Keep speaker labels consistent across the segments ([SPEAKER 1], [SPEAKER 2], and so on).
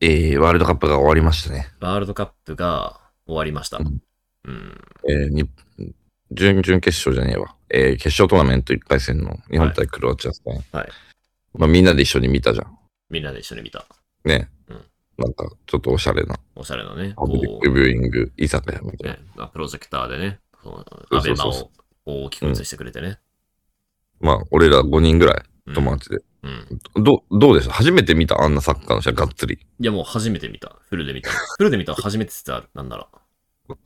[SPEAKER 1] えーワールドカップが終わりましたね。
[SPEAKER 2] ワールドカップが終わりました。
[SPEAKER 1] うん
[SPEAKER 2] うん。
[SPEAKER 1] えーに準準決勝じゃねえわ。えー決勝トーナメント1回戦の日本対クロアチア戦、
[SPEAKER 2] はい
[SPEAKER 1] まあみんなで一緒に見たじゃん。
[SPEAKER 2] みんなで一緒に見た。
[SPEAKER 1] ね。
[SPEAKER 2] うん
[SPEAKER 1] なんか、ちょっとおしゃれな、
[SPEAKER 2] おしゃれなね。
[SPEAKER 1] パ
[SPEAKER 2] こ
[SPEAKER 1] ブリッ
[SPEAKER 2] う
[SPEAKER 1] クビューイング居酒屋みたいな。
[SPEAKER 2] ね、あプロジェクターでね、その
[SPEAKER 1] そう
[SPEAKER 2] ア
[SPEAKER 1] そ
[SPEAKER 2] ベ
[SPEAKER 1] う
[SPEAKER 2] マ
[SPEAKER 1] そう
[SPEAKER 2] を大きく映してくれてね。
[SPEAKER 1] まあ、俺ら5人ぐらい、
[SPEAKER 2] うん
[SPEAKER 1] 友達で。
[SPEAKER 2] うん。
[SPEAKER 1] どうどうでした初めて見たあんなサッカーの試合、がっつり。
[SPEAKER 2] いや、もう初めて見た。フルで見た。フルで見たの初めてってある。なんなら。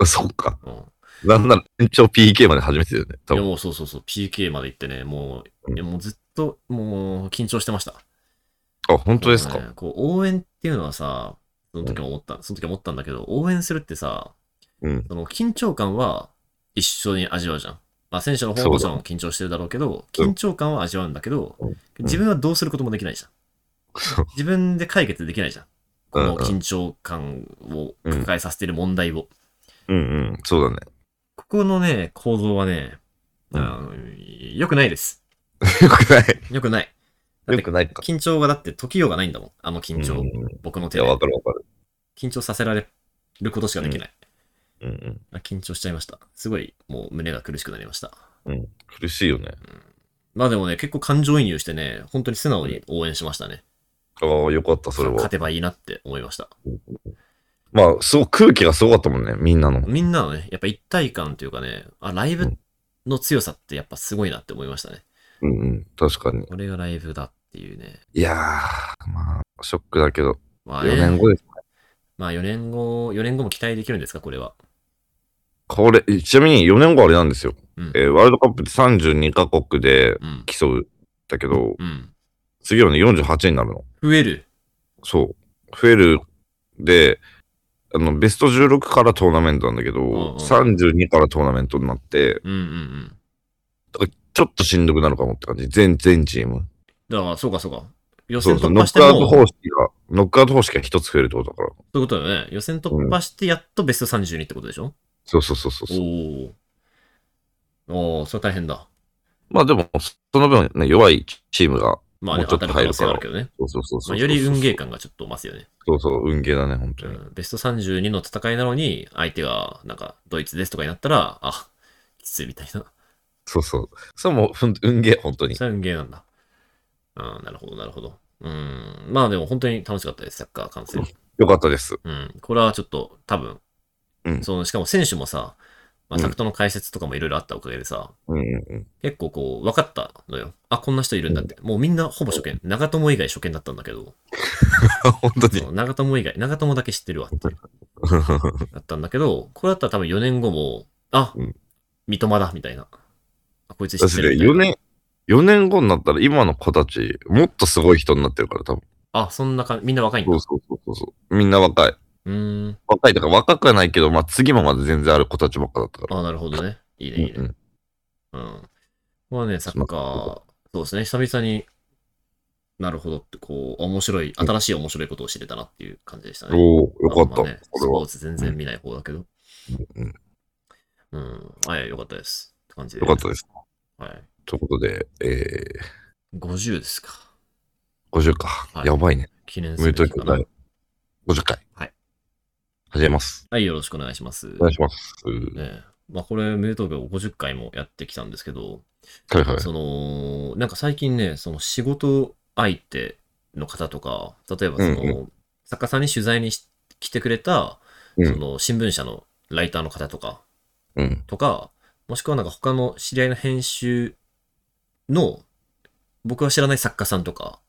[SPEAKER 1] そっか。
[SPEAKER 2] うん。
[SPEAKER 1] なんなら、延長 PK まで初めてだよね。多
[SPEAKER 2] いや、
[SPEAKER 1] 分
[SPEAKER 2] もうそうそうそう。PK まで行ってね、も
[SPEAKER 1] う
[SPEAKER 2] う、
[SPEAKER 1] ん
[SPEAKER 2] いや、もうずっと、もう、緊張してました。
[SPEAKER 1] あ、本当ですか、
[SPEAKER 2] もうねこう、応援っていうのはさ、その時も思った、その時も思ったんだけど、応援するってさ、
[SPEAKER 1] うん。
[SPEAKER 2] その緊張感は一緒に味わうじゃん。まあ、選手の方ももちろん緊張してるだろうけど、
[SPEAKER 1] そう
[SPEAKER 2] 緊張感は味わうんだけど、
[SPEAKER 1] うん
[SPEAKER 2] 自分はどうすることもできないじゃん。
[SPEAKER 1] そう
[SPEAKER 2] 自分で解決できないじゃん。こ
[SPEAKER 1] うん
[SPEAKER 2] の緊張感を
[SPEAKER 1] うん
[SPEAKER 2] 抱えさせている問題を。
[SPEAKER 1] うんうん。そうだね。
[SPEAKER 2] ここのね、構造はね、
[SPEAKER 1] うん
[SPEAKER 2] あの良くないです。
[SPEAKER 1] よくない。
[SPEAKER 2] 良くない。だっ
[SPEAKER 1] よ
[SPEAKER 2] て
[SPEAKER 1] くないか。
[SPEAKER 2] 緊張がだって解きようがないんだもん。あの緊張。
[SPEAKER 1] うんうんうんい
[SPEAKER 2] 僕の手
[SPEAKER 1] や、
[SPEAKER 2] で
[SPEAKER 1] わかるわかる。
[SPEAKER 2] 緊張させられることしかできない。
[SPEAKER 1] うんうん。
[SPEAKER 2] あ緊張しちゃいました。すごい、もう胸が苦しくなりました。
[SPEAKER 1] 苦しいよね。
[SPEAKER 2] まあでもね、結構感情移入してね、本当に素直に応援しましたね。
[SPEAKER 1] ああ、よかった、それ
[SPEAKER 2] 勝
[SPEAKER 1] は。
[SPEAKER 2] てばいいなって思いました。
[SPEAKER 1] まあ、すごい空気がすごかったもんね、みんなの。
[SPEAKER 2] みんなのね、やっぱ一体感というかね、あ、ライブの強さってやっぱすごいなって思いましたね。
[SPEAKER 1] うんうん、確かに。
[SPEAKER 2] これがライブだっていうね。
[SPEAKER 1] いやー、まあ、ショックだけど、
[SPEAKER 2] まあね、
[SPEAKER 1] 4年後です。
[SPEAKER 2] まあ4年後、4年後も期待できるんですか、これは。
[SPEAKER 1] これ、ちなみに4年後あれなんですよ。
[SPEAKER 2] うん。
[SPEAKER 1] えーワールドカップで32カ国で
[SPEAKER 2] うん。
[SPEAKER 1] 競うんだけど、
[SPEAKER 2] うん。
[SPEAKER 1] 次はね、48になるの。
[SPEAKER 2] 増える。
[SPEAKER 1] そう。増えるで、あの、ベスト16からトーナメントなんだけど、
[SPEAKER 2] んうん
[SPEAKER 1] 32からトーナメントになって、
[SPEAKER 2] うんうんうん。
[SPEAKER 1] ちょっとしんどくなるかもって感じ。全、全チーム。
[SPEAKER 2] だから、そうかそうか。予
[SPEAKER 1] そ
[SPEAKER 2] 選
[SPEAKER 1] うそう、
[SPEAKER 2] 突
[SPEAKER 1] ノ
[SPEAKER 2] 破し
[SPEAKER 1] ッ
[SPEAKER 2] て
[SPEAKER 1] ク
[SPEAKER 2] も、
[SPEAKER 1] アウト
[SPEAKER 2] そう
[SPEAKER 1] 方式が、ノックアウト方式が一つ増えるってことだから。
[SPEAKER 2] いうことだよね。予選突破して、やっとベスト32ってことでしょ、
[SPEAKER 1] そうそうそうそうそう。
[SPEAKER 2] おお。おお、それは大変だ。
[SPEAKER 1] まあでも、その分ね、弱いチームが、
[SPEAKER 2] まあね、
[SPEAKER 1] もうちょ
[SPEAKER 2] 当
[SPEAKER 1] っと
[SPEAKER 2] たる可能性はあるけどね。
[SPEAKER 1] そうそうそうそ
[SPEAKER 2] ま
[SPEAKER 1] う。
[SPEAKER 2] あ、より運ゲー。感がちょっと増すよね、
[SPEAKER 1] そうそう、運ゲーだね、本
[SPEAKER 2] う
[SPEAKER 1] 当に。
[SPEAKER 2] ん。ベスト32の戦いなのに、相手が、なんか、ドイツですとかになったら、あ、きついみたいな。
[SPEAKER 1] そうそう。それはもう、ふん運ゲー、本当に。
[SPEAKER 2] それは運ゲーなんだ。ああ、なるほど、なるほど。うん。まあでも本当に楽しかったです、サッカー観戦。
[SPEAKER 1] よかったです。
[SPEAKER 2] うん。これはちょっと、多分、
[SPEAKER 1] うん
[SPEAKER 2] その、しかも選手もさ、ま
[SPEAKER 1] う
[SPEAKER 2] あ、
[SPEAKER 1] ん
[SPEAKER 2] タクトの解説とかもいろいろあったおかげでさ、
[SPEAKER 1] うんうん うん。
[SPEAKER 2] 結構こう、分かったのよ。あ、こんな人いるんだって。もうみんなほぼ初見。長友以外初見だったんだけど、
[SPEAKER 1] 本当に
[SPEAKER 2] そ。う長友以外、長友だけ知ってるわっていう。だったんだけど、これだったら多分4年後も、あ、
[SPEAKER 1] うん
[SPEAKER 2] 三笘だ、みたいな。あこいつ知
[SPEAKER 1] だ
[SPEAKER 2] っ
[SPEAKER 1] してね
[SPEAKER 2] るみたいな
[SPEAKER 1] 4年、4年後になったら今の子たち、もっとすごい人になってるから、多分。
[SPEAKER 2] あ、そんな感じ、みんな若いんだ。
[SPEAKER 1] そうそう
[SPEAKER 2] う
[SPEAKER 1] そうそうそう。みんな若い。
[SPEAKER 2] ーん。
[SPEAKER 1] 若いとか若くはないけど、まあ次もまだ全然ある子たちばっかだったから。
[SPEAKER 2] あ、なるほどね。いいね、
[SPEAKER 1] うん
[SPEAKER 2] いいね。
[SPEAKER 1] うん。
[SPEAKER 2] うん。まあね、サッカー、そうですね、久々に、なるほどって、こう、面白い、
[SPEAKER 1] うん
[SPEAKER 2] 新しい面白いことを知れたなっていう感じでしたね。
[SPEAKER 1] おー、よか
[SPEAKER 2] あ
[SPEAKER 1] っ
[SPEAKER 2] んま
[SPEAKER 1] た。
[SPEAKER 2] ねス
[SPEAKER 1] これ
[SPEAKER 2] ポ
[SPEAKER 1] は
[SPEAKER 2] ー。ツ全然見ない方だけど。
[SPEAKER 1] うん
[SPEAKER 2] うん。あ、いや、よかったです。って感じで。
[SPEAKER 1] よかったです。
[SPEAKER 2] はい。
[SPEAKER 1] ということで、えー、
[SPEAKER 2] 50ですか。
[SPEAKER 1] 50か。
[SPEAKER 2] はい
[SPEAKER 1] やばいね。
[SPEAKER 2] 記念
[SPEAKER 1] おめ
[SPEAKER 2] す
[SPEAKER 1] でと
[SPEAKER 2] べ
[SPEAKER 1] う
[SPEAKER 2] きか
[SPEAKER 1] ご
[SPEAKER 2] な
[SPEAKER 1] ざいます。50回。
[SPEAKER 2] はい。
[SPEAKER 1] 始めます。
[SPEAKER 2] はい、よろしくお願いします。
[SPEAKER 1] お願いします。は
[SPEAKER 2] ねまあ、これ、名東京50回もやってきたんですけど、
[SPEAKER 1] いはい。
[SPEAKER 2] その、なんか最近ね、その仕事相手の方とか、例えばその、
[SPEAKER 1] うん
[SPEAKER 2] 作家さんに取材にし来てくれた、
[SPEAKER 1] うん
[SPEAKER 2] その新聞社のライターの方とか、
[SPEAKER 1] うん。
[SPEAKER 2] とか、もしくはなんか他の知り合いの編集の、僕は知らない作家さんとか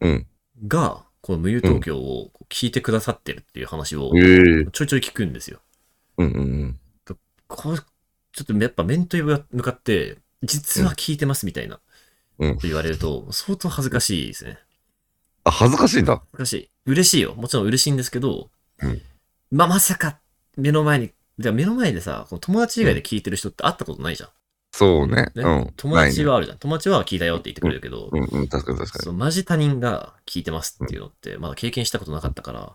[SPEAKER 1] うん。
[SPEAKER 2] が、この無友東京を聞いてくださってるっていう話を
[SPEAKER 1] ええー。
[SPEAKER 2] ちょいちょい聞くんですよ。
[SPEAKER 1] うんうんうん。
[SPEAKER 2] こうちょっとやっぱ面と向かって、実は聞いてますみたいな、
[SPEAKER 1] うん
[SPEAKER 2] と言われると、相当恥ずかしいですね。
[SPEAKER 1] あ、恥ずかしいんだ。
[SPEAKER 2] 恥ずかしい。嬉しいよ。もちろん嬉しいんですけど、
[SPEAKER 1] うん
[SPEAKER 2] まあ、まさか目の前に、で目の前でさ、この友達以外で聞いてる人って会ったことないじゃん。
[SPEAKER 1] そうね。
[SPEAKER 2] ね
[SPEAKER 1] うん。
[SPEAKER 2] 友達
[SPEAKER 1] は。
[SPEAKER 2] はあるじゃん。友達は聞いたよって言ってくれるけど、
[SPEAKER 1] うんうん。確かに確か
[SPEAKER 2] そうマジ他人が聞いてますっていうのって、まだ経験したことなかったから、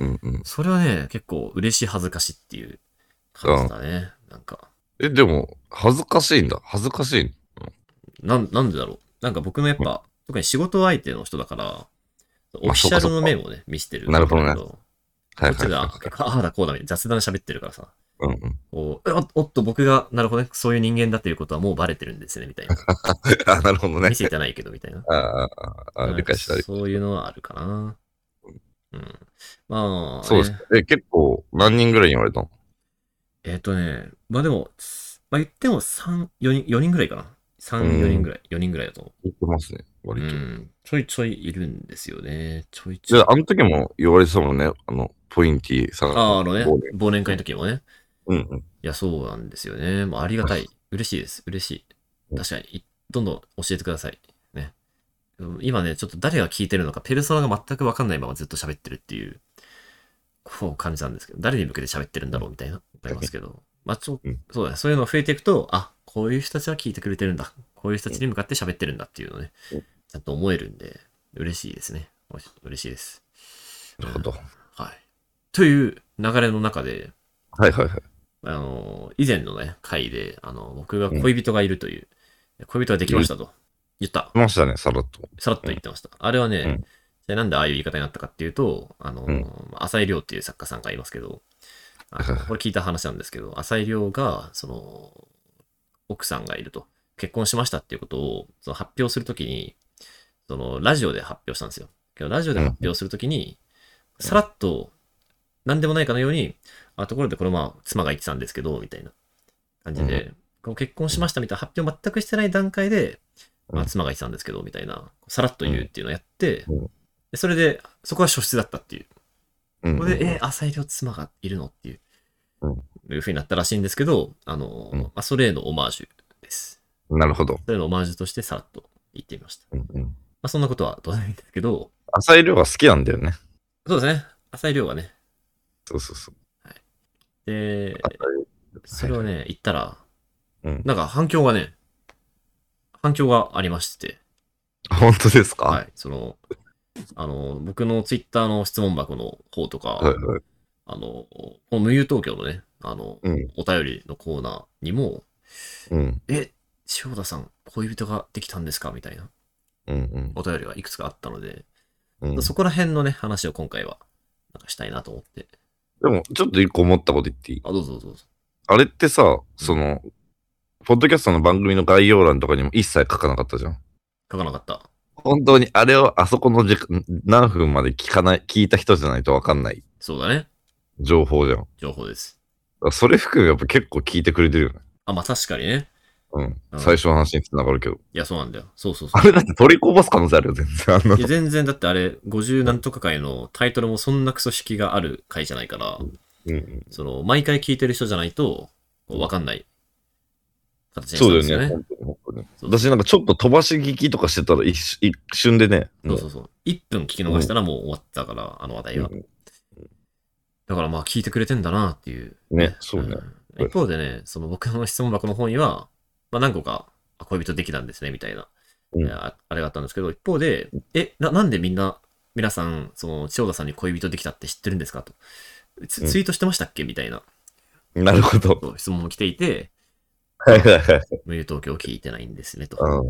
[SPEAKER 1] に。うんうん。
[SPEAKER 2] それはね、結構嬉しい恥ずかしいっていう感じだね。なんか。
[SPEAKER 1] え、でも、恥ずかしいんだ。恥ずかしい。
[SPEAKER 2] なん、なんでだろう。なんか僕のやっぱ、特に仕事相手の人だから、
[SPEAKER 1] ま
[SPEAKER 2] オフ
[SPEAKER 1] あそ
[SPEAKER 2] ィシ
[SPEAKER 1] うか
[SPEAKER 2] ャルの面をね、見せてる。
[SPEAKER 1] なるほどね
[SPEAKER 2] こ
[SPEAKER 1] はい
[SPEAKER 2] っち
[SPEAKER 1] はい
[SPEAKER 2] が、
[SPEAKER 1] はい
[SPEAKER 2] ああだこうだみたいな雑談喋ってるからさ。
[SPEAKER 1] うんうん。
[SPEAKER 2] こうえおおっと、僕が、なるほどね、そういう人間だということはもうバレてるんですね、みたいな。
[SPEAKER 1] あ、なるほどね
[SPEAKER 2] 見。せてないけど、みたいな。
[SPEAKER 1] ああああ、ああ理解した。理解
[SPEAKER 2] そういうのはあるかな。うん。まあ、
[SPEAKER 1] そうです
[SPEAKER 2] ね
[SPEAKER 1] か。え、結構、何人ぐらいに言われたの
[SPEAKER 2] えっ、とね、まあでも、まあ言っても3、4人、4人ぐらいかな。
[SPEAKER 1] う
[SPEAKER 2] 3、
[SPEAKER 1] ん
[SPEAKER 2] 4人ぐらい、4人ぐらいだと思
[SPEAKER 1] 言ってますね、
[SPEAKER 2] う。う
[SPEAKER 1] 割と。
[SPEAKER 2] ん。ちょいちょいいるんですよね。ちょいち
[SPEAKER 1] じ
[SPEAKER 2] ょ
[SPEAKER 1] ゃ
[SPEAKER 2] い
[SPEAKER 1] あ、。あの時も言われてたもんね、あの、ポインティさん。
[SPEAKER 2] ああ、あのね
[SPEAKER 1] 忘年、
[SPEAKER 2] 忘年会の時もね。
[SPEAKER 1] うんうん。
[SPEAKER 2] いや、そうなんですよね。もうありがたい。嬉しいです。嬉しい。確かに、いどんどん教えてください。ね。うん今ね、ちょっと誰が聞いてるのか、ペルソナが全くわかんないままずっと喋ってるっていう、こう感じなんですけど、誰に向けて喋ってるんだろうみたいな、ありますけど。まあ、ちょ
[SPEAKER 1] うん
[SPEAKER 2] そうだね。そういうのが増えていくと、あ、こういう人たちは聞いてくれてるんだ。こういう人たちに向かって喋ってるんだっていうのをね
[SPEAKER 1] うん、
[SPEAKER 2] ちゃんと思えるんで、嬉しいですね。おし嬉しいです。
[SPEAKER 1] なるほど。
[SPEAKER 2] はい。という流れの中で、
[SPEAKER 1] はいはいはい。
[SPEAKER 2] あの、以前のね、回で、あの、僕が恋人がいるという、恋人ができましたと言った。
[SPEAKER 1] 来ましたね、さらっと。
[SPEAKER 2] さらっと言ってました。あれはね、
[SPEAKER 1] うん
[SPEAKER 2] じゃあなんでああいう言い方になったかっていうと、あの、
[SPEAKER 1] うん
[SPEAKER 2] 浅井亮っていう作家さんがいますけど、あ
[SPEAKER 1] はいはい
[SPEAKER 2] の
[SPEAKER 1] はい
[SPEAKER 2] これ聞いた話なんですけど、浅井亮が、その、奥さんがいると、結婚しましたっていうことをその発表するときに、その、ラジオで発表したんですよ。けどラジオで発表するときに、
[SPEAKER 1] うん
[SPEAKER 2] さらっと、何でもないかのように、あ、ところでこれまあ、妻が言ってたんですけど、みたいな感じで、こう結婚しましたみたいな発表全くしてない段階で、まあ、
[SPEAKER 1] うん
[SPEAKER 2] 妻が言ってたんですけど、みたいな、さらっと言うっていうのをやって、
[SPEAKER 1] うん
[SPEAKER 2] でそれで、そこは初出だったっていう。
[SPEAKER 1] うん
[SPEAKER 2] これで、え、浅井亮妻がいるのっていう、いうふうになったらしいんですけど、あの、
[SPEAKER 1] うん
[SPEAKER 2] まあ、それへのオマージュです。
[SPEAKER 1] なるほど。
[SPEAKER 2] それへのオマージュとしてさらっと言ってみました。
[SPEAKER 1] うんうん。
[SPEAKER 2] まあ、そんなことはどうでもいいんですけど、
[SPEAKER 1] 浅井亮が好きなんだよね。
[SPEAKER 2] そうですね、浅井亮がね、
[SPEAKER 1] そうそうそう。
[SPEAKER 2] で、
[SPEAKER 1] 浅井
[SPEAKER 2] それをね、言ったら、
[SPEAKER 1] うん
[SPEAKER 2] なんか反響がね、反響がありまして、
[SPEAKER 1] 本当ですか
[SPEAKER 2] は。い、その、あの、僕のツイッターの質問箱の方とか、
[SPEAKER 1] はいはい。
[SPEAKER 2] あの、この無友東京のね、あの、
[SPEAKER 1] うん
[SPEAKER 2] お便りのコーナーにも、
[SPEAKER 1] うん
[SPEAKER 2] え、塩田さん、恋人ができたんですかみたいな
[SPEAKER 1] うん
[SPEAKER 2] お便りがいくつかあったので、
[SPEAKER 1] うん。うん
[SPEAKER 2] そこら辺のね、話を今回は、なんかしたいなと思って。
[SPEAKER 1] でも、ちょっと一個思ったこと言っていい
[SPEAKER 2] あ、どうぞどうぞ。
[SPEAKER 1] あれってさ、その、ポッドキャストの番組の概要欄とかにも一切書かなかったじゃん。
[SPEAKER 2] 書かなかった。
[SPEAKER 1] 本当にあれをあそこの時間何分まで聞かない、聞いた人じゃないとわかんない
[SPEAKER 2] そうだね。
[SPEAKER 1] 情報じゃん。だか
[SPEAKER 2] 情報です。
[SPEAKER 1] らそれ含めやっぱ結構聞いてくれてるよね。
[SPEAKER 2] あ、まあ確かにね。
[SPEAKER 1] うん。
[SPEAKER 2] うん
[SPEAKER 1] 最初の話につながるけど。
[SPEAKER 2] いや、そうなんだよ。そうそうそ
[SPEAKER 1] あれだって取りこぼす可能性あるよ、全然。あの
[SPEAKER 2] う。いや、全然、だってあれ、50何とか回のタイトルもそんなクソ式がある回じゃないから、
[SPEAKER 1] うんうん
[SPEAKER 2] その、毎回聞いてる人じゃないと、こうわかんない形にした
[SPEAKER 1] そう
[SPEAKER 2] んで
[SPEAKER 1] だ
[SPEAKER 2] す
[SPEAKER 1] よ
[SPEAKER 2] よ
[SPEAKER 1] ね。
[SPEAKER 2] ね。
[SPEAKER 1] 本当に本当に
[SPEAKER 2] そう
[SPEAKER 1] 私なんかちょっと飛ばし聞きとかしてたら一瞬一瞬でね、
[SPEAKER 2] そ
[SPEAKER 1] も
[SPEAKER 2] うそうそう。1分聞き逃したらもう終わってたから、あの話題は
[SPEAKER 1] う。ん
[SPEAKER 2] だからまあ聞いてくれてんだなっていう。
[SPEAKER 1] ね、そうね。
[SPEAKER 2] うん一方でね、その僕の質問箱の方には、まあ何個かあ恋人できたんですねみたいな、
[SPEAKER 1] うん
[SPEAKER 2] ああれがあったんですけど、一方で、え、ななんでみんな、皆さん、その千代田さんに恋人できたって知ってるんですかと。ツ
[SPEAKER 1] うん
[SPEAKER 2] ツイートしてましたっけみたいな
[SPEAKER 1] なるほど。
[SPEAKER 2] そう質問も来ていて、
[SPEAKER 1] はいはいはい。
[SPEAKER 2] 無友東京聞いてないんですねと。
[SPEAKER 1] あの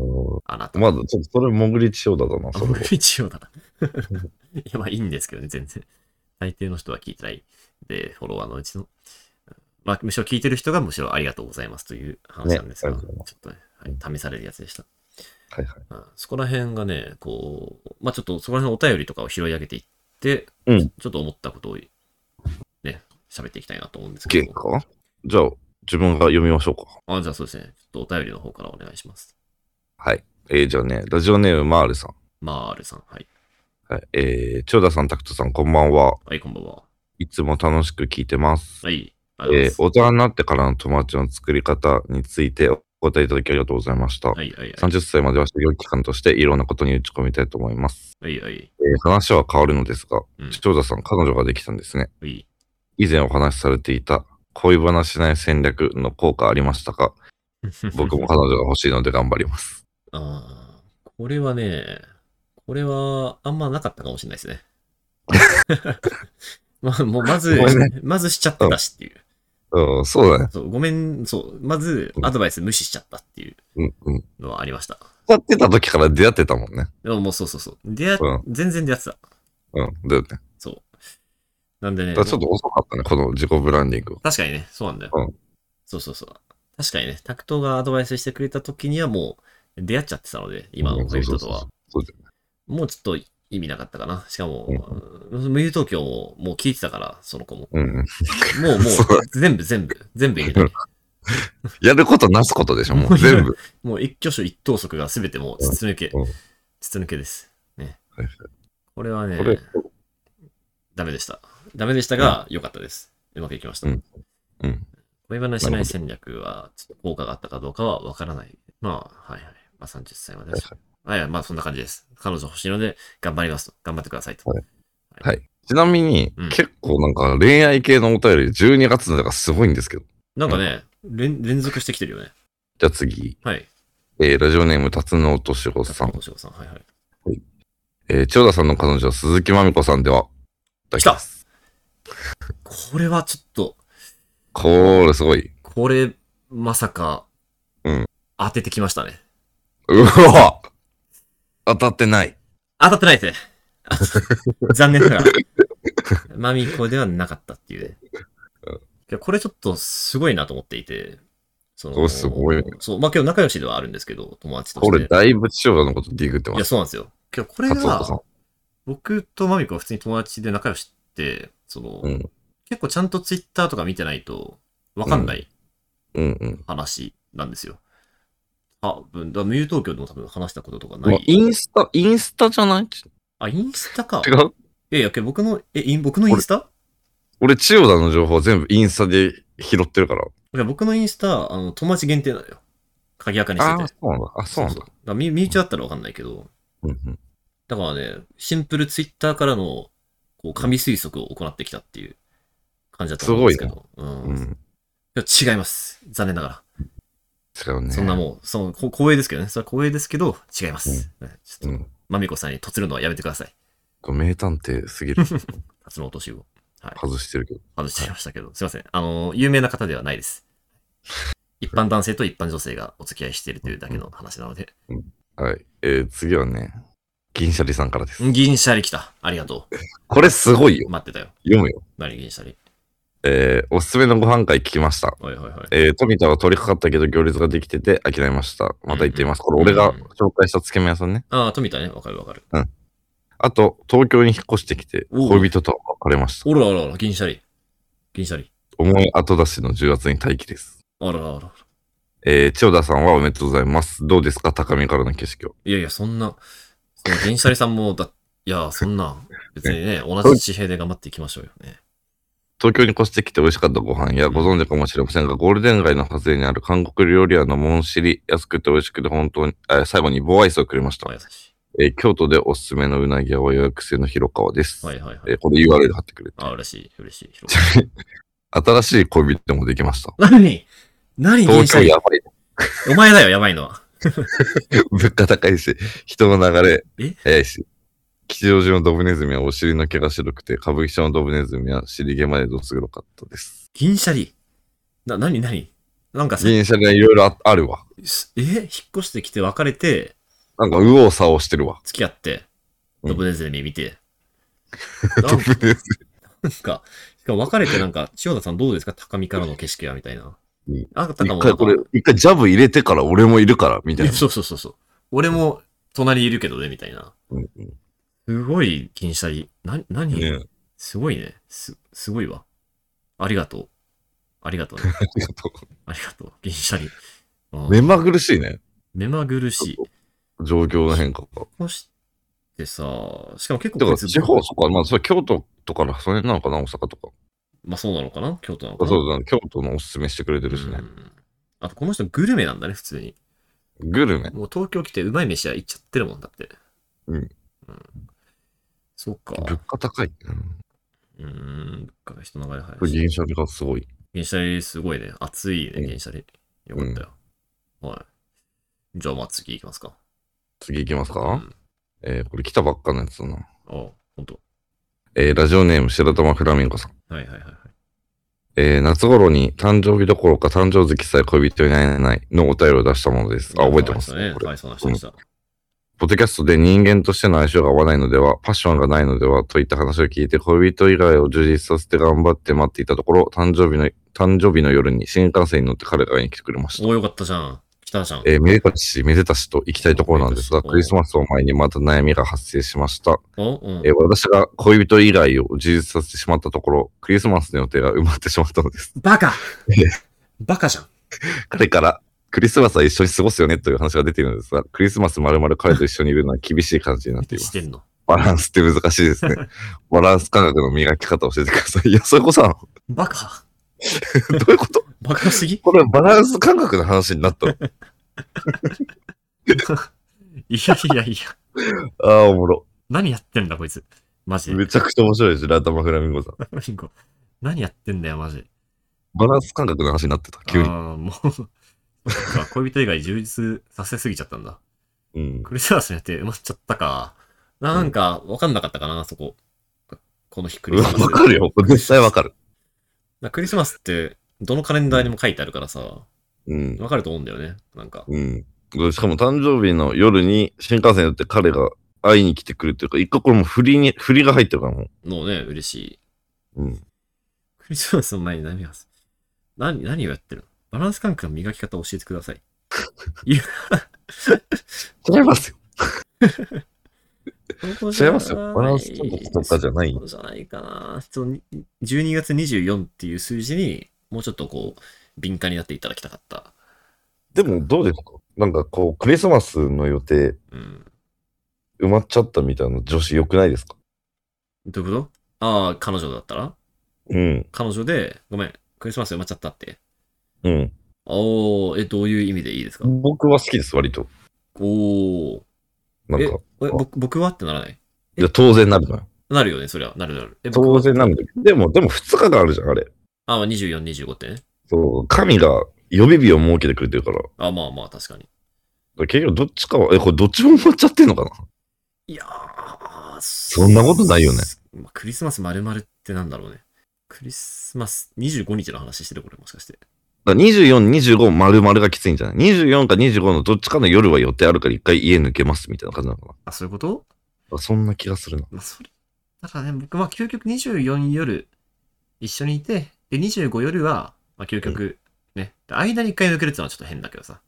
[SPEAKER 2] あなた。
[SPEAKER 1] まだちょっとそれ潜り千代田だな、
[SPEAKER 2] あ
[SPEAKER 1] それは。
[SPEAKER 2] 一応だな。 いや、まあいいんですけどね、全然。大抵の人は聞いてない。で、フォロワーのうちの。まあ、むしろ聞いてる人がむしろありがとうございますという話なんですが、
[SPEAKER 1] ねありがとうございま
[SPEAKER 2] ちょっとね、はい、試されるやつでした。
[SPEAKER 1] はいはい。
[SPEAKER 2] うんそこら辺がね、こう、まあちょっとそこら辺のお便りとかを拾い上げていって、
[SPEAKER 1] うん
[SPEAKER 2] ちょっと思ったことをね、喋っていきたいなと思うんですけ
[SPEAKER 1] OK
[SPEAKER 2] ど。
[SPEAKER 1] かじゃあ、自分が読みましょうか。
[SPEAKER 2] あ、じゃあそうですね。ちょっとお便りの方からお願いします。
[SPEAKER 1] はい。えー、じゃあね、ラジオネームマールさん。
[SPEAKER 2] まあ、あるさん。はい。
[SPEAKER 1] はい、えー、千代田さん、タクトさん、こんばんは。
[SPEAKER 2] はい、こんばんは。
[SPEAKER 1] いつも楽しく聞いてます。
[SPEAKER 2] はい。あり
[SPEAKER 1] え
[SPEAKER 2] が
[SPEAKER 1] ー
[SPEAKER 2] とう
[SPEAKER 1] 大人になってからの友達の作り方についてお答えいただきありがとうございました。
[SPEAKER 2] ございます。はい、はい、はい。
[SPEAKER 1] 30歳までは修行期間としていろんなことに打ち込みたいと思います。
[SPEAKER 2] はい、はい。
[SPEAKER 1] えー話は変わるのですが、
[SPEAKER 2] うん
[SPEAKER 1] 千代田さん、彼女ができたんですね。
[SPEAKER 2] はい。
[SPEAKER 1] 以前お話しされていた恋話しない戦略の効果ありました か僕も彼女が欲しいので頑張ります。
[SPEAKER 2] ああ、これはね、これはあんまなかったかもしれないですね。 まあ、もうまず
[SPEAKER 1] ごめん、
[SPEAKER 2] まずしちゃってたしっていう。
[SPEAKER 1] うん、そうだね。
[SPEAKER 2] そう、ごめん、そう、まず
[SPEAKER 1] うん
[SPEAKER 2] アドバイス無視しちゃったっていう
[SPEAKER 1] うんうん。
[SPEAKER 2] のはありました。
[SPEAKER 1] 使ってた時から出会ってたもんね。
[SPEAKER 2] でももうそうそうそう。出会っ
[SPEAKER 1] う
[SPEAKER 2] 全然出会ってた。
[SPEAKER 1] うん。だよね。だか
[SPEAKER 2] そう。なんでね、
[SPEAKER 1] らちょっと遅かったね、この自己ブランディングは。
[SPEAKER 2] 確かにね、そうなんだよ。
[SPEAKER 1] うん
[SPEAKER 2] そうそうそう。確かにね、タクトがアドバイスしてくれた時にはもう出会っちゃってたので、今の恋人とは。
[SPEAKER 1] そうだよね。
[SPEAKER 2] もうちょっと意味なかったかな。しかも、無友東京ももう聞いてたから、その子も。
[SPEAKER 1] うんうん。
[SPEAKER 2] もうも
[SPEAKER 1] そう
[SPEAKER 2] う、全部全部、全部入れ て。
[SPEAKER 1] やることなすことでしょ、 もう全部。
[SPEAKER 2] もう一挙手一投足が全てもう筒抜け
[SPEAKER 1] うんうん、
[SPEAKER 2] 筒抜けです。ね
[SPEAKER 1] はいは。
[SPEAKER 2] これはね
[SPEAKER 1] こ、れ、
[SPEAKER 2] ダメでした。ダメでしたが、良かったです。うまくいきました
[SPEAKER 1] うん。うん。
[SPEAKER 2] 恋バナしない戦略は、ちょっと効果があったかどうかはわからない。まあ、はいはい。まあ、30歳までです。はいはい、まあ、そんな感じです。彼女欲しいので、頑張りますと。頑張ってくださいと。
[SPEAKER 1] はいはい。ちなみに、
[SPEAKER 2] うん
[SPEAKER 1] 結構なんか恋愛系のお便り12月のだからすごいんですけど。
[SPEAKER 2] なんかね、連連続してきてるよね。
[SPEAKER 1] じゃあ次、
[SPEAKER 2] はい。
[SPEAKER 1] えーラジオネーム、辰野敏子さん。
[SPEAKER 2] おしごさん。はいはい。
[SPEAKER 1] えー千代田さんの彼女、鈴木まみこさんでは、
[SPEAKER 2] 来たこれはちょっと、
[SPEAKER 1] これすごい。
[SPEAKER 2] これ、まさか、
[SPEAKER 1] うん
[SPEAKER 2] 当ててきましたね。
[SPEAKER 1] うわ当たってない。
[SPEAKER 2] 当たってないですね。 残念ながら。マミコではなかったっていうね。いやこれちょっとすごいなと思っていて。そ
[SPEAKER 1] これすごいね
[SPEAKER 2] そう、まあ今日仲良しではあるんですけど、友達として。
[SPEAKER 1] これだいぶ千代田のことディグって
[SPEAKER 2] い
[SPEAKER 1] ま
[SPEAKER 2] や、
[SPEAKER 1] す。
[SPEAKER 2] そうなんですよ。今日これ
[SPEAKER 1] 達夫
[SPEAKER 2] が
[SPEAKER 1] さ、ん。
[SPEAKER 2] 僕とマミコは普通に友達で仲良しって、その、
[SPEAKER 1] うん
[SPEAKER 2] 結構ちゃんとツイッターとか見てないと、わかんない
[SPEAKER 1] うんうん。
[SPEAKER 2] 話なんですよ。あ、分、だから無友東京でも多分話したこととかな
[SPEAKER 1] まあ
[SPEAKER 2] い。
[SPEAKER 1] インスタ、インスタじゃないち
[SPEAKER 2] あ、インスタか。
[SPEAKER 1] 違う
[SPEAKER 2] いやいや、けど僕の、え、イン僕のインスタ
[SPEAKER 1] 俺、千代田の情報全部インスタで拾ってるから。
[SPEAKER 2] いや僕のインスタ、あの、友達限定なのよ。鍵垢にして
[SPEAKER 1] あ
[SPEAKER 2] て。
[SPEAKER 1] あ、そうなんだ。あ、そうなん
[SPEAKER 2] だ
[SPEAKER 1] だ
[SPEAKER 2] か。ら身身内だったらわかんないけど、
[SPEAKER 1] うんうん
[SPEAKER 2] だからね、シンプルツイッターからの、こう、紙推測を行ってきたっていう感じだと思うんですけど。う。
[SPEAKER 1] うん
[SPEAKER 2] い
[SPEAKER 1] ん。
[SPEAKER 2] や違います。残念ながら。
[SPEAKER 1] 違うね。
[SPEAKER 2] そんなもう、その、こ光栄ですけどね。それは光栄ですけど、違います。ねちょ
[SPEAKER 1] う
[SPEAKER 2] っと、
[SPEAKER 1] ん。
[SPEAKER 2] まみこさんにとつるのはやめてください。
[SPEAKER 1] 名探偵すぎ る。
[SPEAKER 2] 辰野落としを
[SPEAKER 1] 外してるけど。
[SPEAKER 2] 外しちゃいましたけど、すいません。あの、有名な方ではないです。一般男性と一般女性がお付き合いしているというだけの話なので。
[SPEAKER 1] はい。えー、次はね、銀シャリさんからです。
[SPEAKER 2] 銀シャリ来た。ありがと
[SPEAKER 1] これすごいよ
[SPEAKER 2] う。。待ってたよ。
[SPEAKER 1] 読むよ。
[SPEAKER 2] 何銀シャリ。
[SPEAKER 1] えー、おすすめのご飯会聞きました。
[SPEAKER 2] はいはいはい。
[SPEAKER 1] えー、富田は取り掛かったけど行列ができてて諦めました。また行っています。これ俺が紹介したつけ麺屋さんね。
[SPEAKER 2] ああ、富田ね。わかるわかる。
[SPEAKER 1] あと、東京に引っ越してきて、
[SPEAKER 2] おう
[SPEAKER 1] 恋人と別れました。
[SPEAKER 2] おらあらあら、銀シャリ。銀シャリ。
[SPEAKER 1] 重い後出しの10月に待機です。
[SPEAKER 2] あらあらあら。
[SPEAKER 1] えー、千代田さんはおめでとうございます。どうですか高みからの景色を。
[SPEAKER 2] いやいや、そんな、その銀シャリさんも、だ、いや、そんな、別にね、同じ地平で頑張っていきましょうよね。
[SPEAKER 1] 東京に越してきて美味しかったご飯やご存知かもしれませんが、ゴールデン街の外れにある韓国料理屋のモンシリ、安くて美味しくて本当に、あ最後に棒アイスをくれました
[SPEAKER 2] は。い、優し
[SPEAKER 1] えー京都でおすすめのうなぎ屋を予約制の広川です。
[SPEAKER 2] い。はいはいは
[SPEAKER 1] え
[SPEAKER 2] い
[SPEAKER 1] ー。これ URL 貼ってくれて。
[SPEAKER 2] あ、嬉しい、嬉しい。広
[SPEAKER 1] 新しい恋人もできました。
[SPEAKER 2] がり何何銀
[SPEAKER 1] 東
[SPEAKER 2] シ
[SPEAKER 1] 京
[SPEAKER 2] ャリ
[SPEAKER 1] やばい。
[SPEAKER 2] お前だよ、やばいのは。
[SPEAKER 1] 物価高いし、人の流れ
[SPEAKER 2] え
[SPEAKER 1] 早いし。吉祥寺のドブネズミはお尻の毛が白くて、歌舞伎町のドブネズミは尻毛までどつ黒かったです。
[SPEAKER 2] 銀シャリ。な、なになになんかさ、
[SPEAKER 1] 銀シャリはいろいろああるわ。
[SPEAKER 2] すえ引っ越してきて別れて、
[SPEAKER 1] なんか右往左往してるわ。
[SPEAKER 2] 付き合って、
[SPEAKER 1] うん
[SPEAKER 2] ドブネズミ 見て。な
[SPEAKER 1] ド
[SPEAKER 2] ん
[SPEAKER 1] ブネズ
[SPEAKER 2] か、しかも別れてなんか、千代田さんどうですか高みからの景色はみたいな
[SPEAKER 1] うん。
[SPEAKER 2] あった
[SPEAKER 1] ミ。
[SPEAKER 2] かも
[SPEAKER 1] 一
[SPEAKER 2] な
[SPEAKER 1] 回
[SPEAKER 2] んか。
[SPEAKER 1] これ、一回ジャブ入れてから俺もいるから、みたい
[SPEAKER 2] いや
[SPEAKER 1] な。
[SPEAKER 2] そうそうそうそう。俺も隣いるけどね、みたいな。
[SPEAKER 1] うんうん
[SPEAKER 2] すごい銀シャリ。な、何、
[SPEAKER 1] ね
[SPEAKER 2] すごいね。す、すごいわ。ありがとう。ありがとうね。
[SPEAKER 1] ありがと
[SPEAKER 2] ありがとう。銀シャリ。うん
[SPEAKER 1] う 目まぐるしいね。
[SPEAKER 2] 目まぐるしい。
[SPEAKER 1] 状況の変化が。
[SPEAKER 2] そしてさ、しかも結構
[SPEAKER 1] だか
[SPEAKER 2] こ
[SPEAKER 1] ら
[SPEAKER 2] いつ
[SPEAKER 1] 地方、そっか、まあ、それ京都とかその辺なのかな、大阪とか。
[SPEAKER 2] まあそうなのかな京都なのか
[SPEAKER 1] あ
[SPEAKER 2] な
[SPEAKER 1] そうだ、ね、京都のおすすめしてくれてるし
[SPEAKER 2] う
[SPEAKER 1] ね。
[SPEAKER 2] んあとこの人グルメなんだね、普通に。
[SPEAKER 1] グルメ。
[SPEAKER 2] もう東京来てうまい飯屋行っちゃってるもんだって。
[SPEAKER 1] うん
[SPEAKER 2] うんそうか。
[SPEAKER 1] 物価高い。うん
[SPEAKER 2] うん。物価が人の流れ
[SPEAKER 1] これ
[SPEAKER 2] 早いし。
[SPEAKER 1] 銀シャリがすごい。
[SPEAKER 2] 銀シャリすごいね。熱いね、
[SPEAKER 1] うん
[SPEAKER 2] 銀シャリ。よかったよ。はい。じゃあまあ次行きますか。
[SPEAKER 1] 次行きます
[SPEAKER 2] う
[SPEAKER 1] か。
[SPEAKER 2] ん
[SPEAKER 1] えーこれ来たばっかのやつだな。
[SPEAKER 2] あ、ほんと。
[SPEAKER 1] えーラジオネーム、白玉フラミンゴさん。
[SPEAKER 2] はいはいはいはい。
[SPEAKER 1] えー夏頃に誕生日どころか誕生月さえ恋人になれないのお便りを出したものです。あ、覚えてますね。
[SPEAKER 2] ね。か
[SPEAKER 1] これ
[SPEAKER 2] わいそうな人でした。
[SPEAKER 1] ポッドキャストで人間としての相性が合わないのでは、パッションがないのでは、といった話を聞いて、恋人以外を充実させて頑張って待っていたところ、誕生日の、誕生日の夜に新幹線に乗って彼が会いに来てくれました。
[SPEAKER 2] おーよかったじゃん。来たじゃん。
[SPEAKER 1] えーめでたし、めでたしと行きたいところなんですが、クリスマスを前にまた悩みが発生しました。
[SPEAKER 2] おうん
[SPEAKER 1] えー私が恋人以外を充実させてしまったところ、クリスマスの予定が埋まってしまったのです。
[SPEAKER 2] バカ
[SPEAKER 1] え
[SPEAKER 2] バカじゃん。
[SPEAKER 1] 彼から、クリスマスは一緒に過ごすよねという話が出ているのですが、クリスマスまるまる彼と一緒にいるのは厳しい感じになっていま
[SPEAKER 2] し
[SPEAKER 1] す。
[SPEAKER 2] てんの。
[SPEAKER 1] バランスって難しいですね。 バランス感覚の磨き方を教えてください。いや、そこさん、 ど
[SPEAKER 2] バカ
[SPEAKER 1] ういうこと
[SPEAKER 2] バカす ぎ
[SPEAKER 1] これバランス感覚の話になったの。
[SPEAKER 2] いやいやいや。
[SPEAKER 1] ああ、おもろ。
[SPEAKER 2] 何やってんだこいつ。マジで。
[SPEAKER 1] めちゃくちゃ面白いです、ラタマフラミンゴさん。
[SPEAKER 2] フラミンゴ何やってんだよ、マジで。
[SPEAKER 1] バランス感覚の話になってた、急
[SPEAKER 2] あ
[SPEAKER 1] に。
[SPEAKER 2] ーもう そうか、恋人以外充実させすぎちゃったんだ。
[SPEAKER 1] うん。
[SPEAKER 2] クリスマスになって埋まっちゃったか。なんか、わかんなかったかな、そこ。この日クリスマス。
[SPEAKER 1] わかるよ。絶対わかる。
[SPEAKER 2] なクリスマスって、どのカレンダーにも書いてあるからさ、
[SPEAKER 1] うん。
[SPEAKER 2] わかると思うんだよね。なんか。
[SPEAKER 1] うん。しかも誕生日の夜に新幹線に乗って彼が会いに来てくるっていうか、一個これもう振りに、振りが入ってるからもう。
[SPEAKER 2] のね、嬉しい。
[SPEAKER 1] うん。
[SPEAKER 2] クリスマスの前に何がす何、何をやってるのバランス感覚の磨き方を教えてください。いや、
[SPEAKER 1] 違いますよ。
[SPEAKER 2] そこ
[SPEAKER 1] 違いますよ。バランス感覚とかじゃない
[SPEAKER 2] そ。こじゃないかな。その12月24っていう数字に、もうちょっとこう、敏感になっていただきたかった。
[SPEAKER 1] でもどうですかなんかこう、クリスマスの予定
[SPEAKER 2] うん。
[SPEAKER 1] 埋まっちゃったみたいな女子良くないですか
[SPEAKER 2] どういうことああ、彼女だったら
[SPEAKER 1] うん。
[SPEAKER 2] 彼女で、ごめん、クリスマス埋まっちゃったって。
[SPEAKER 1] うん。
[SPEAKER 2] おー、え、どういう意味でいいですか
[SPEAKER 1] 僕は好きです、割と。
[SPEAKER 2] おー。
[SPEAKER 1] なん
[SPEAKER 2] え
[SPEAKER 1] か。、
[SPEAKER 2] え僕僕はってならない
[SPEAKER 1] いや、当然なるのよ。
[SPEAKER 2] なるよね、そりゃ。なるなる。え、僕は
[SPEAKER 1] 当然なるんだけど。でも、でも2日間あるじゃん、あれ。
[SPEAKER 2] あ、まあ、24、25ってね。
[SPEAKER 1] そう。神が予備日を設けてくれてるから。だか
[SPEAKER 2] あ、まあまあ、確かに。
[SPEAKER 1] ら結局どっちかは、え、これどっちも埋まっちゃってんのかない
[SPEAKER 2] やー、
[SPEAKER 1] そんなことないよね。
[SPEAKER 2] まあ、クリスマス丸々ってなんだろうね。クリスマス25日の話してるこれ、もしかして。
[SPEAKER 1] だから24、25、丸々がきついんじゃない ?24 か25のどっちかの夜は予定あるから一回家抜けますみたいな感じなのかなだか
[SPEAKER 2] あ、そういうこと
[SPEAKER 1] らそんな気がするな。
[SPEAKER 2] まあ、それ。だからね、僕、まあ、究極24夜、一緒にいて、で、25夜は、まあ、究極、ね、で間に1回抜けるってのはちょっと変だけどさ。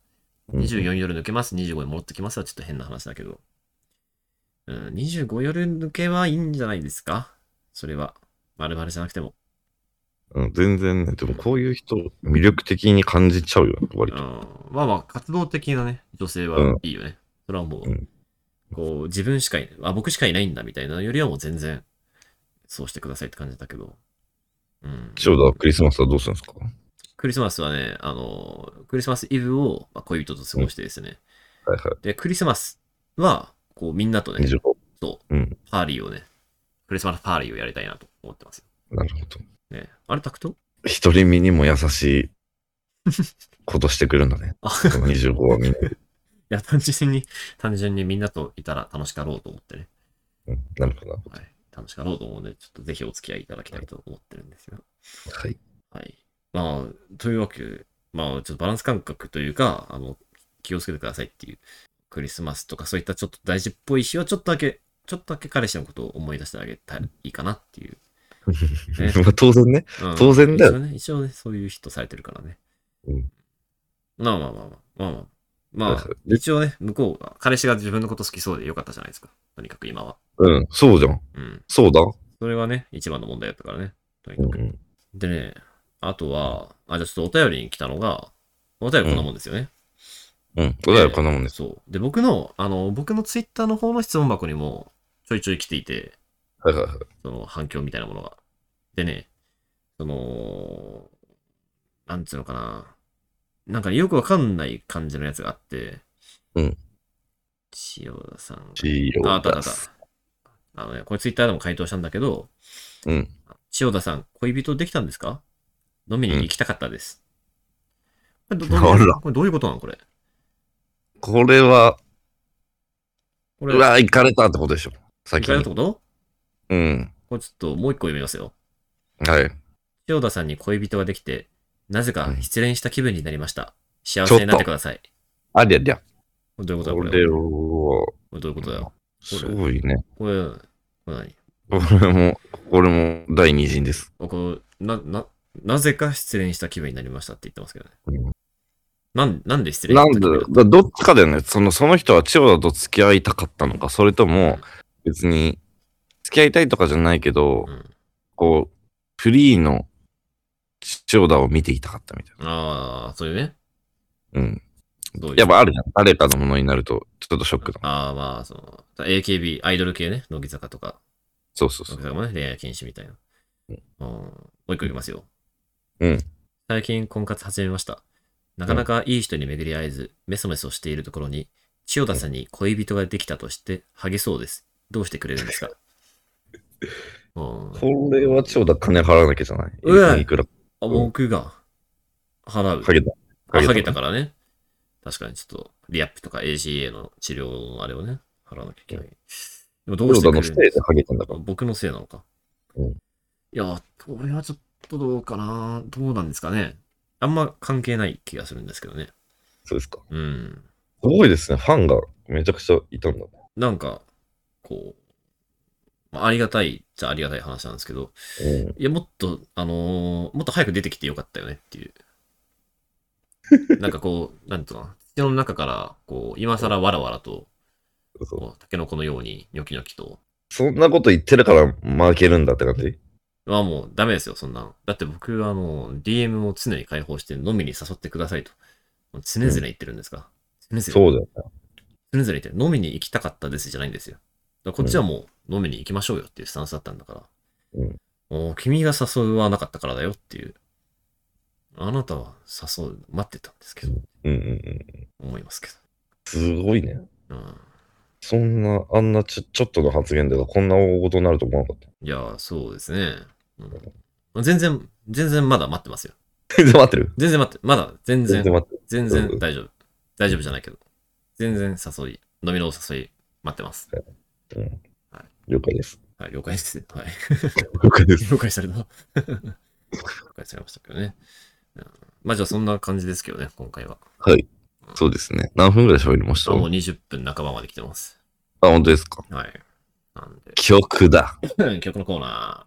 [SPEAKER 1] うん
[SPEAKER 2] 24夜抜けます、25に戻ってきますはちょっと変な話だけど。うん、25夜抜けはいいんじゃないですかそれは。丸々じゃなくても。
[SPEAKER 1] うん、全然ね、でもこういう人、魅力的に感じちゃうよね、割
[SPEAKER 2] う
[SPEAKER 1] と。
[SPEAKER 2] ん、まあまあ、活動的なね、女性はいいよね。それはもう、
[SPEAKER 1] うん
[SPEAKER 2] こう、自分しかいあ、僕しかいないんだみたいなのよりはもう全然、そうしてくださいって感じだけど。うん。
[SPEAKER 1] ちょうどクリスマスはどうするんですか
[SPEAKER 2] クリスマスはね、あの、クリスマスイブをまあ恋人と過ごしてですね。
[SPEAKER 1] はいは
[SPEAKER 2] で、クリスマスは、こう、みんなと
[SPEAKER 1] い。
[SPEAKER 2] ね、
[SPEAKER 1] 25。。
[SPEAKER 2] そ
[SPEAKER 1] う
[SPEAKER 2] う
[SPEAKER 1] ん。
[SPEAKER 2] パーリーをね、クリスマスパーリーをやりたいなと思ってますよ。
[SPEAKER 1] なるほど。
[SPEAKER 2] ね、あれ、タクト
[SPEAKER 1] 一人身にも優 しいことしてくれるんだね。
[SPEAKER 2] あ、
[SPEAKER 1] この25はみんな。
[SPEAKER 2] いや、単純に、単純にみんなといたら楽しかろうと思ってね。
[SPEAKER 1] うん、なるほどな。
[SPEAKER 2] はい、楽しかろうと思うので、ちょっとぜひお付き合いいただきたいと思ってるんですよ。
[SPEAKER 1] はい。
[SPEAKER 2] はい。まあ、というわけで、まあ、ちょっとバランス感覚というか、あの、気をつけてくださいっていう、クリスマスとかそういったちょっと大事っぽい日は、ちょっとだけ、ちょっとだけ彼氏のことを思い出してあげたらいいかなって いう。ね
[SPEAKER 1] まあ当然ね。
[SPEAKER 2] うん
[SPEAKER 1] 当然だよ
[SPEAKER 2] 一応ね、一応ね、そういう人されてるからね。
[SPEAKER 1] うん。
[SPEAKER 2] まあまあまあまあ。まあまあ、ま
[SPEAKER 1] は
[SPEAKER 2] あ
[SPEAKER 1] いは、い
[SPEAKER 2] 一応ね、向こうが、彼氏が自分のこと好きそうでよかったじゃないですか。とにかく今は。
[SPEAKER 1] うん、そうじゃん。
[SPEAKER 2] うん。
[SPEAKER 1] そうだ。
[SPEAKER 2] それがね、一番の問題だったからね。とに
[SPEAKER 1] う
[SPEAKER 2] か
[SPEAKER 1] ん
[SPEAKER 2] く。
[SPEAKER 1] うん。
[SPEAKER 2] でね、あとは、あ、じゃあちょっとお便りに来たのが、お便りこんなもんですよね。
[SPEAKER 1] うん。そうだよ、こんなもんです。
[SPEAKER 2] そう。で、僕の、あの、僕のツイッターの方の質問箱にも、ちょいちょい来ていて、
[SPEAKER 1] はいはいはい。
[SPEAKER 2] その反響みたいなものが。でね、その、なんつうのかな。なんかよくわかんない感じのやつがあって。
[SPEAKER 1] うん。
[SPEAKER 2] 千代田さんが。
[SPEAKER 1] 千代田
[SPEAKER 2] あ、あったあったあった。あのね、これツイッターでも回答したんだけど、
[SPEAKER 1] うん。
[SPEAKER 2] 千代田さん、恋人できたんですか飲みに行きたかったです。これど
[SPEAKER 1] あ
[SPEAKER 2] どういう
[SPEAKER 1] ら
[SPEAKER 2] これどういうことなのこれ。
[SPEAKER 1] これは、
[SPEAKER 2] これ、
[SPEAKER 1] うわ、行かれたってことでしょ。
[SPEAKER 2] 行
[SPEAKER 1] 先
[SPEAKER 2] かれたっ
[SPEAKER 1] に
[SPEAKER 2] て。こと
[SPEAKER 1] うん。
[SPEAKER 2] これちょっともう一個読みますよ。
[SPEAKER 1] はい。
[SPEAKER 2] 千代田さんに恋人ができて、なぜか失恋した気分になりました。幸せになってください。
[SPEAKER 1] ありゃりゃ。
[SPEAKER 2] どういうことだ
[SPEAKER 1] こ
[SPEAKER 2] これ
[SPEAKER 1] れは、
[SPEAKER 2] これどういうことだよ。
[SPEAKER 1] すごいね。
[SPEAKER 2] これ、これ何
[SPEAKER 1] これも、これも第二陣です。
[SPEAKER 2] あこうな、な、なぜか失恋した気分になりましたって言ってますけどね。
[SPEAKER 1] うん
[SPEAKER 2] なんなんで失恋し
[SPEAKER 1] な
[SPEAKER 2] た
[SPEAKER 1] ん
[SPEAKER 2] 気
[SPEAKER 1] だ
[SPEAKER 2] 分
[SPEAKER 1] ろ
[SPEAKER 2] に
[SPEAKER 1] う
[SPEAKER 2] なっ
[SPEAKER 1] だ
[SPEAKER 2] た
[SPEAKER 1] どっちかだよね。その、その人は千代田と付き合いたかったのか、それとも、別に、付き合いたいとかじゃないけど、
[SPEAKER 2] うん、
[SPEAKER 1] こう、フリーの千代田を見ていたかったみたい
[SPEAKER 2] ああ、そういうね。
[SPEAKER 1] な。うん。
[SPEAKER 2] どういう
[SPEAKER 1] やっぱあるじゃん。誰かのものになると、ちょっとショックだ。
[SPEAKER 2] ああ、まあ、その、AKB、アイドル系ね。乃木坂とか、
[SPEAKER 1] そうそうそう
[SPEAKER 2] 乃木。坂もね、恋愛禁止みたいな。
[SPEAKER 1] うん
[SPEAKER 2] うん、もう一個いきますよ。
[SPEAKER 1] うん。
[SPEAKER 2] 最近婚活始めました。なかなかいい人に巡り合えず、メソメソしているところに、千代田さんに恋人ができたとして、ハゲそうです。どうしてくれるんです かうん。
[SPEAKER 1] これは千代田金払わなきゃじゃないう
[SPEAKER 2] わ
[SPEAKER 1] いくら
[SPEAKER 2] あ、僕が払う。
[SPEAKER 1] かけた。
[SPEAKER 2] あ
[SPEAKER 1] か
[SPEAKER 2] 下
[SPEAKER 1] け
[SPEAKER 2] げ
[SPEAKER 1] た
[SPEAKER 2] たからね。確かにちょっと、リアップとか ACA の治療のあれをね、払わなきゃいけない。でもどう
[SPEAKER 1] 千
[SPEAKER 2] し
[SPEAKER 1] 代田
[SPEAKER 2] てく
[SPEAKER 1] の
[SPEAKER 2] れ
[SPEAKER 1] せい
[SPEAKER 2] るんで
[SPEAKER 1] です
[SPEAKER 2] か
[SPEAKER 1] ハゲたんだから。
[SPEAKER 2] 僕のせいなのか。
[SPEAKER 1] うん
[SPEAKER 2] いや、俺はちょっとどうかな。どうなんですかね。あんま関係ない気がするんですけどね。
[SPEAKER 1] そうですか。
[SPEAKER 2] うん。
[SPEAKER 1] すごいですね。ファンがめちゃくちゃいたんだ。
[SPEAKER 2] なんか、こう、まあありがたいじゃありがたい話なんですけど、
[SPEAKER 1] うん。
[SPEAKER 2] いや、もっと、あのーもっと早く出てきてよかったよねっていう。なんかこう、なんとな、土の中から、こう、今更わらわらと、
[SPEAKER 1] そう
[SPEAKER 2] こうタケノコのように、ニョキニョキと。
[SPEAKER 1] そんなこと言ってるから負けるんだって感じ
[SPEAKER 2] まあもうダメですよ、そんなの。だって僕はあの、DM を常に開放して飲みに誘ってくださいと。もう常々言ってるんですか。常々、
[SPEAKER 1] そうだよね。
[SPEAKER 2] 常々言ってる。飲みに行きたかったですじゃないんですよ。だからこっちはもう飲みに行きましょうよっていうスタンスだったんだから。
[SPEAKER 1] うん
[SPEAKER 2] もう君が誘わなかったからだよっていう。あなたは誘う、待ってたんですけど。
[SPEAKER 1] うんうんうん。
[SPEAKER 2] 思いますけ
[SPEAKER 1] すごいね。
[SPEAKER 2] ど。うん。
[SPEAKER 1] そんな、あんなちょちょっとの発言でこんな大事になると思わなかっ
[SPEAKER 2] いやー、そうですね。うん、全然、全然まだ待ってますよ。
[SPEAKER 1] た。全然待ってる。
[SPEAKER 2] 全然待って、まだ、全
[SPEAKER 1] 全
[SPEAKER 2] 然、
[SPEAKER 1] 然待ってる。
[SPEAKER 2] 全
[SPEAKER 1] う
[SPEAKER 2] 然
[SPEAKER 1] ん
[SPEAKER 2] 大丈夫。大丈夫じゃないけど。全然誘い、飲みのお誘い、待ってます。
[SPEAKER 1] 了解です。
[SPEAKER 2] はい、了解です。はい。
[SPEAKER 1] 了解です。
[SPEAKER 2] 了解された。了解されましたけどね。うんまあじゃあそんな感じですけどね、今回は。
[SPEAKER 1] そうですね。何分ぐらい喋りました
[SPEAKER 2] あもう
[SPEAKER 1] あ、
[SPEAKER 2] 20分半ばまで来てます。
[SPEAKER 1] 本当ですか。
[SPEAKER 2] はい。なんで
[SPEAKER 1] 曲だ。、
[SPEAKER 2] 曲のコーナ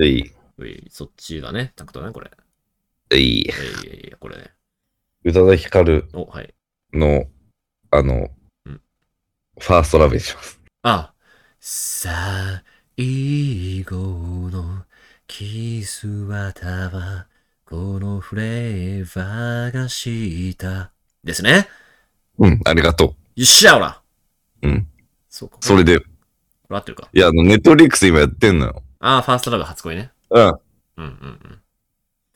[SPEAKER 1] えい、
[SPEAKER 2] ー。ういそっちだね。タクトだね、これ。
[SPEAKER 1] えい。
[SPEAKER 2] いやいやいや、これね。
[SPEAKER 1] 宇多田ヒカル
[SPEAKER 2] お、はい。
[SPEAKER 1] の、あの、
[SPEAKER 2] うん
[SPEAKER 1] ファーストラブにします。
[SPEAKER 2] あ、最後のキスはタバコのフレーバーがした。ですね。
[SPEAKER 1] うん、ありがと
[SPEAKER 2] よっしゃ、ほら
[SPEAKER 1] う。うん。
[SPEAKER 2] そうか。
[SPEAKER 1] それで、
[SPEAKER 2] これ合ってるか。
[SPEAKER 1] いや、あの、ネットフリックス今やってんのよ。
[SPEAKER 2] あー、ファーストラブ初恋ね。
[SPEAKER 1] うん。
[SPEAKER 2] うんうんうん。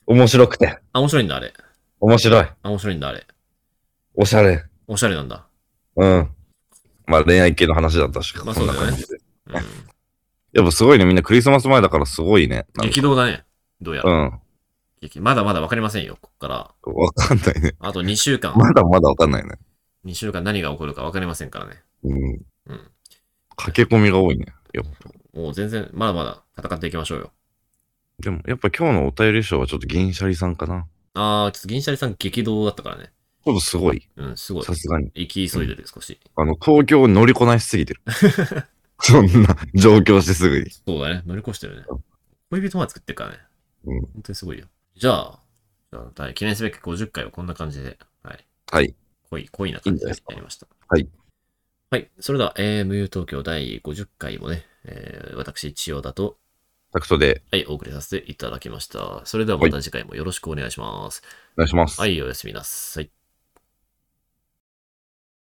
[SPEAKER 1] 面白くて。
[SPEAKER 2] あ、面白いんだ、あれ。
[SPEAKER 1] 面白い。
[SPEAKER 2] あ、面白いんだ、あれ。
[SPEAKER 1] おしゃれ。
[SPEAKER 2] おしゃれなんだ。
[SPEAKER 1] うん。まあ恋愛系の話だったし、
[SPEAKER 2] まあ
[SPEAKER 1] そ んな
[SPEAKER 2] そうだよ
[SPEAKER 1] 感
[SPEAKER 2] ね
[SPEAKER 1] じで。
[SPEAKER 2] うん。
[SPEAKER 1] やっぱすごいね、みんなクリスマス前だからすごいね。なんか
[SPEAKER 2] 激動だね。どうや
[SPEAKER 1] う
[SPEAKER 2] ら。
[SPEAKER 1] ん。
[SPEAKER 2] 激まだまだわかりませんよ、ここから。
[SPEAKER 1] わかんないね。
[SPEAKER 2] あと2週間。
[SPEAKER 1] まだまだわかんないね。
[SPEAKER 2] 2週間何が起こるかわかりませんからね。
[SPEAKER 1] うん。
[SPEAKER 2] うん。
[SPEAKER 1] 駆け込みが多いね。やっぱ
[SPEAKER 2] もう全然、まだまだ戦っていきましょうよ。
[SPEAKER 1] でも、やっぱ今日のお便り賞はちょっと銀シャリさんかな。
[SPEAKER 2] あー、ちょっと銀シャリさん激動だったからね。
[SPEAKER 1] ちょっとすごい。
[SPEAKER 2] うん、すごい。
[SPEAKER 1] さすがに。
[SPEAKER 2] 行き急いでる、少し。
[SPEAKER 1] あの、東京を乗りこなしすぎ てる。そんな、上京してすぐに。
[SPEAKER 2] そうだね。乗り越してるね。恋人まで作ってるからね。
[SPEAKER 1] うん
[SPEAKER 2] 本当にすごいよ。じゃあ、じゃあ第記念すべき50回はこんな感じで、はい。
[SPEAKER 1] はい。
[SPEAKER 2] 濃い、濃いな感じで
[SPEAKER 1] いいん
[SPEAKER 2] や
[SPEAKER 1] じゃない
[SPEAKER 2] りました。
[SPEAKER 1] はい。
[SPEAKER 2] はい。それでは、AMU 東京第50回もね、えー私、千代田と、
[SPEAKER 1] タクトで、
[SPEAKER 2] はい、お送りさせていただきました。それではまた次回もよろしくお願いします。
[SPEAKER 1] お願いします。
[SPEAKER 2] はい、おやすみなさい。